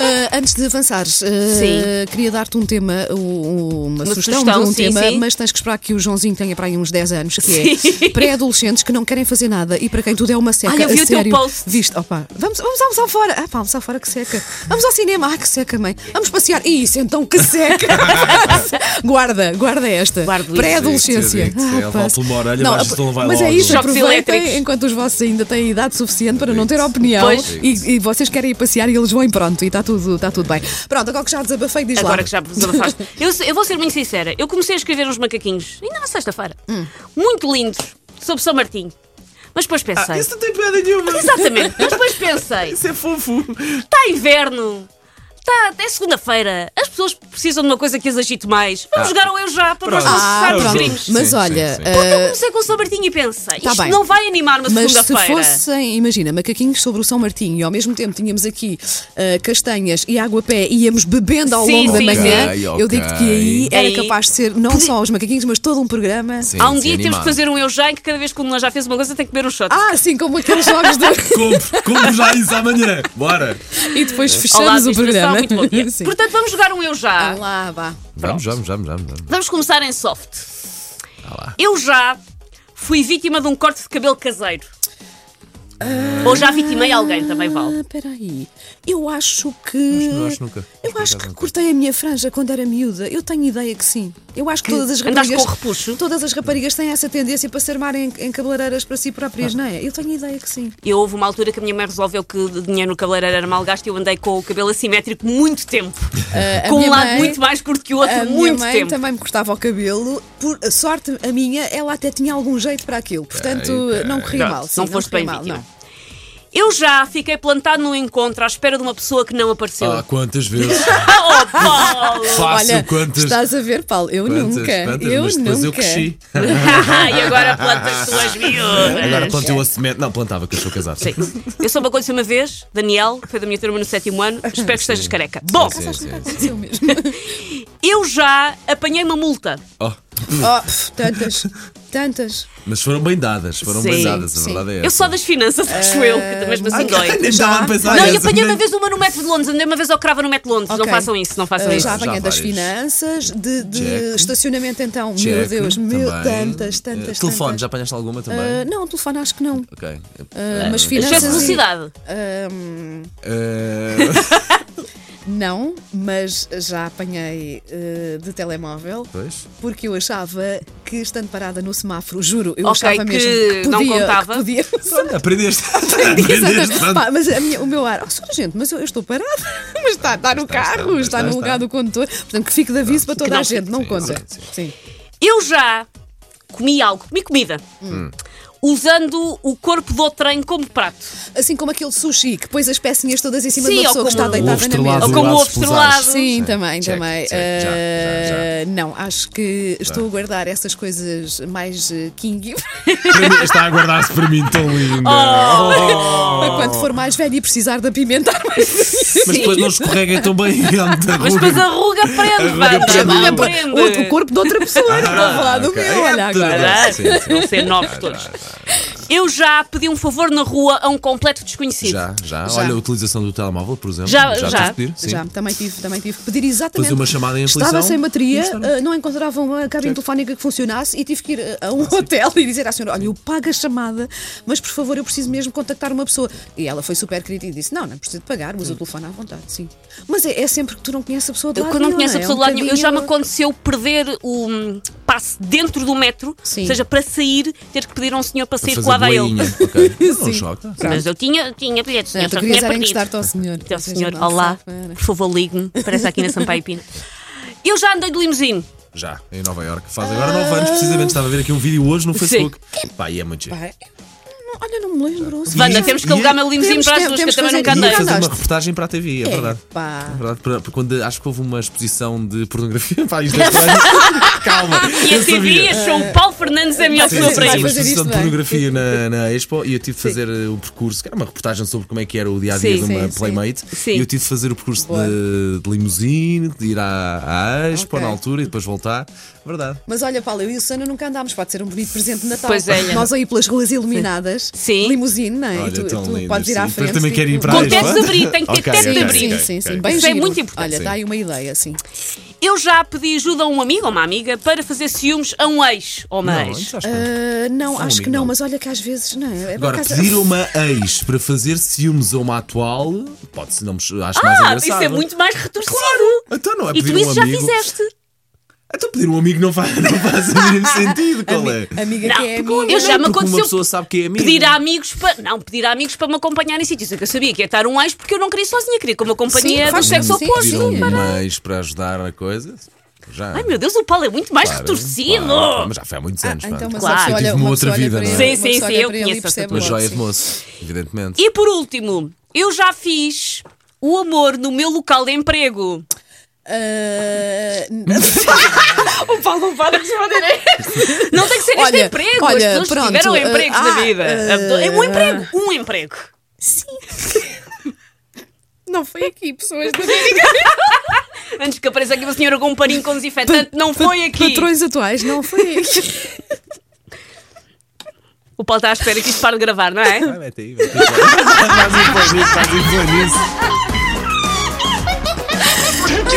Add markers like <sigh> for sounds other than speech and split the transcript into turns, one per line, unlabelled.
Ah, antes de avançares, ah,
Sim.
queria dar-te um tema, u- uma, sugestão,
sugestão,
de um
sim,
tema,
sim.
mas tens que esperar que o Joãozinho tenha para aí uns 10 anos, que
Sim. <laughs>
é pré-adolescentes que não querem fazer nada e para quem tudo é uma seca.
Ai, eu vi
a
o teu
sério.
post.
Viste, opa, vamos, vamos almoçar fora. Ah, pá, almoçar fora que seca. Vamos ao cinema, ah, que seca, mãe. Vamos passear. Isso, então que
<laughs>
seca. guarda, guarda esta.
Guardo isso.
Pré-adolescência.
Sim, sim, sim.
Ah,
Ela
pá.
volta uma orelha,
Não,
baixas-te, não vai
Mas é
logo.
isso,
Choques elétricos.
aproveitem enquanto os vossos ainda têm idade suficiente para não ter opinião.
Pois.
E, e vocês querem ir passear e eles vão e pronto, e está tudo, está tudo bem. Pronto, agora que já desabafei, diz lá.
Agora que
<laughs>
já vos abafaste. eu, eu vou ser muito sincera. Eu comecei a escrever uns macaquinhos, ainda na sexta-feira.
Hum.
Muito lindos, sobre São Martinho.
Ah,
Mas depois pensei.
Isso não tem piada nenhuma.
Exatamente.
<laughs>
Mas depois pensei.
Isso é fofo.
Está inverno. Tá, é segunda-feira. As pessoas precisam de uma coisa que as agite mais. Vamos
Ah.
jogar ao eu já para nós
Pronto. eh,
não
Ah,
cessarmos
os
pronto.
crimes.
sim,
Mas
sim,
olha,
sim.
ah,
Comecei com o São Martinho e pensei,
Tá
isto
bem.
não vai animar uma
mas se
segunda-feira.
fossem, imagina, macaquinhos sobre o São Martinho e ao mesmo tempo tínhamos aqui ah, castanhas e água-pé e íamos bebendo ao
Sim,
longo da
sim,
manhã,
sim.
eu digo que aí
Ok, ok.
era
Aí-
capaz de ser não só os macaquinhos, mas todo um programa.
Há um dia que temos que fazer um eu já em que cada vez que um de nós já fez uma coisa tem que beber um shot.
Ah, sim, como aqueles jogos do...
Compre, compre já isso amanhã. Bora.
<laughs> e depois
Olá,
fechamos o
administração,
programa.
muito
<laughs>
bom dia.
Sim. Ah.
Portanto, vamos jogar um eu já.
Vamos lá, vá.
Vamos, vamos, vamos, vamos. vamos.
Vamos começar em soft. Eu já fui vítima de um corte de cabelo caseiro. Ou já vitimei alguém, também vale.
Ah, peraí. Eu acho que.
não acho nunca.
Eu
Nunca
acho que
nunca.
cortei a minha franja quando era miúda. Eu tenho ideia que sim. Eu acho que, todas as
andaste
raparigas.
com repuxo?
Todas as raparigas têm essa tendência para se armarem em, em cabeleireiras para si próprias,
Ah.
não é? Eu tenho ideia que sim.
Eu houve uma altura que a minha mãe resolveu que dinheiro no cabeleireiro era mal gasto e eu andei com o cabelo assimétrico muito tempo.
Ah, a
com um
minha
lado
mãe-
muito mais curto que o outro,
A minha
muito
mãe
tempo.
também me cortava o cabelo. Por sorte, a minha, ela até tinha algum jeito para aquilo. Portanto,
Ok,
não corria
Pronto,
mal. Sim,
não foste
corria
bem
mal,
vítima.
não.
Eu já fiquei plantado num encontro à espera de uma pessoa que não apareceu.
Ah, quantas vezes?
Oh, Paulo!
Fácil,
Olha,
quantas.
estás a ver, Paulo? Eu
quantas,
nunca.
quantas,
eu
mas
nunca.
depois eu cresci.
<laughs> e agora plantas suas miúdas.
Agora plantei o cimento. Não, plantava, que eu sou casado.
Sim. Eu soube uma coisa uma vez, Daniel, foi da minha turma no sétimo ano, espero que estejas careca. Bom,
Sim, sim, sim.
Aconteceu
<laughs>
mesmo.
eu já apanhei uma multa.
Oh,
Oh, pff, tantas, tantas.
mas foram bem dadas, foram
Sim,
bem dadas, a
sim.
verdade é essa.
Eu só das finanças, acho eu, que
Ah,
mesmo assim dói.
Nem estava a pensar
Não, e
nessa,
apanhei uma
nem-
vez uma no metro de Londres, andei uma vez ao cravo no metro de Londres.
Ok.
Não façam isso, não façam
Ah,
isso.
já
Já
apanha das
vários.
finanças, de, de
Check.
estacionamento então. meu
Check,
Deus, meu,
também.
tantas,
Eh,
tantas.
Telefone,
tantas.
já apanhaste alguma também?
Ah, não, telefone acho que não.
Ok.
Ah, mas
Excesso de
finanças-
velocidade.
Ahm,
Eh,
não, mas já apanhei ah, de telemóvel.
pois.
Porque eu achava que estando parada no semáforo, juro, eu
Ok,
achava mesmo
que
que
não
podia,
contava.
que podia.
Olha, aprendeste.
Exatamente.
aprendeste.
Pá, mas a minha- o meu ar, oh, senhora gente, mas eu, eu estou parada, <laughs> mas está, está no carro, está,
está, está,
no
está. um
lugar do condutor, portanto que fique de aviso para toda
não
a gente,
fique,
não
sim,
conta.
sim,
Sim.
Eu já comi algo, comi comida,
Hum.
usando o corpo do trem como prato.
Assim como aquele sushi que pões as pecinhas todas em cima
Sim,
de uma pessoa
ou
que está
como-
O
deitada
ovo
na
estrelado,
Ou
mesa.
como
o
ovo
braço pousado.
estrelado.
Sim,
Sim,
também,
check,
também.
check, já, já,
Ah, Não, acho que estou a guardar essas coisas mais eh, <laughs> king
Para mim- Está a guardar-se para mim tão linda.
Oh,
Oh,
para quando for mais velha e precisar de apimentar mais. <laughs>
Mas depois não escorrega tão bem. há muita
Mas
ruga.
depois é a ruga prende,
ruga
Wanda,
prende.
a ruga
Opa,
prende.
O, o corpo de outra pessoa, não vou falar do
Ah, ok.
meu. Olha
É tudo.
agora.
Caralho,
Sim, sim.
vão ser novos todos. Eu já pedi um favor na rua a um completo desconhecido.
Já, já,
Já.
Olha a utilização do telemóvel, por exemplo.
Já,
já.
já.
tive que pedir, sim.
Já, também tive, também tive que pedir exatamente.
Fazer uma chamada em
Estava
aflição
sem
e
bateria,
mostraram.
ah, não encontrava uma cabine telefónica que funcionasse e tive que ir ah, a um hotel e dizer à senhora: Olha, eu pago a chamada, mas por favor, eu preciso mesmo contactar uma pessoa. E ela foi super querida e disse: Não, não preciso de pagar, usa o telefone à vontade, sim. Mas é, é sempre que tu não conheces a pessoa de
Eu
lado
quando não
nenhum,
conheço a
é?
pessoa
Um
do lado nenhum, eu já me
bocadinho-
aconteceu perder o hum, passe dentro do metro,
Sim.
ou seja, para sair, ter que pedir a um senhor para
Para
sair
fazer
colado a ele. <laughs>
boinha. ok.
Sim.
Não choca.
Mas eu tinha, tinha bilhetes,
Não,
eu
tu
só
querias
tinha
era
perdido.
encostar-te assim, ao senhor.
Então,
Seja
É senhor,
mal,
olá,
safara.
por favor, ligue-me, parece aqui na
<laughs>
Sampaio Pina. Eu já andei de limusine.
Já, em Nova Iorque. Faz agora 9 anos, precisamente. Estava a ver aqui um vídeo hoje no Facebook. Pá, e é muito giro.
Pá, eu não- Olha, não me lembro.
Vanda,
E-
temos que
e-
alugar uma limusine
Temos
para as
que-
duas, que eu
temos que
também nunca
fazer-
andei.
Ia fazer uma
andaste?
reportagem para a TV, é verdade.
Epá.
É verdade, para- para quando acho
<laughs>
<laughs> que houve uma exposição de pornografia. Pá, isto é estranho. Calma.
E
eu
a TV
sabia.
achou o Paulo Fernandes é a melhor
Sim,
pessoa
sim,
para
sim,
vai
isso.
uma
fazer
exposição
isto
de
bem.
pornografia na, na Expo e eu tive de fazer eh, o percurso, que era uma reportagem sobre como é que era o dia a dia
Sim,
de uma
sim, sim.
Playmate.
Sim.
E eu tive de fazer o percurso
Boa.
de, de limusine, de ir à, à Expo
Ok.
na altura e depois voltar. Verdade.
Mas olha, Paulo, eu e o Sana nunca andámos. Pode ser um bonito presente de Natal.
Pois é, olha.
Nós aí pelas ruas iluminadas.
<laughs> Sim.
Limusine, não é?
Olha,
e tu,
tão
tu
lindo,
podes ir
sim.
à
Depois
frente.
também quero ir para
Com
a Expo.
teto de abrir, tem que ter
Ok,
teto de
ok,
abrir.
Sim,
ok,
sim,
ok.
sim. Bem
Isso é
giro.
muito importante.
Olha, dá aí uma ideia, sim.
Eu já pedi ajuda a um amigo ou uma amiga para fazer ciúmes a um ex ou uma
Não, é
ex.
antes acho que-
Ah, não,
Só um
acho que
amigo,
não,
não.
mas olha que às vezes não. É por
Agora,
acaso-
pedir a uma ex para fazer ciúmes a uma atual, pode-se, não me- acho mais
Ah,
engraçado.
isso é muito mais retorcido.
Então não é
E
pedir
tu
um
isso já
amigo.
fizeste.
Então pedir um amigo não faz, <laughs> não faz o mínimo sentido, qual é?
Ami- Amiga
Não,
que é
porque um
amiga.
eu já me
Porque
aconteceu
uma pessoa sabe que é amiga.
pedir a amigos para. Não, pedir a amigos para me acompanhar em sítios. em que Eu sabia que ia estar um ex porque eu não queria sozinha, queria com uma companhia
Sim,
do
faz
sexo
sentido.
oposto.
Sim,
Viram
sim.
mais para ajudar na coisa? Já.
um Ai meu Deus, o Paulo é muito mais retorcido.
Claro, mas já foi há muitos anos.
Ah, então,
pronto.
mas
Claro.
uma pessoa
Eu tive
olha,
uma
uma
outra
pessoa olha
vida,
para
não é?
ele,
Sim,
uma
sim,
pessoa
sim,
olha
eu
para ele
conheço
e
essa
percebe
Uma
logo,
joia
sim.
de moço, evidentemente.
E por último, eu já fiz o amor no meu local de emprego. <laughs>
Ah, o Paulo não para de responder a
Não tem que ser este
Olha,
emprego.
olha,
As pessoas
pronto,
tiveram
eh,
empregos
ah,
na vida.
eh,
um emprego, um emprego.
Não foi aqui, pessoas da
Antes que apareça aqui uma senhora com um paninho com desinfetante, não foi aqui.
Patrões atuais, não foi aqui.
O Paulo está à espera que isto pare de gravar, não é?
Ah, mete aí, mete aí. Faz um planinho, faz um planinho.
Take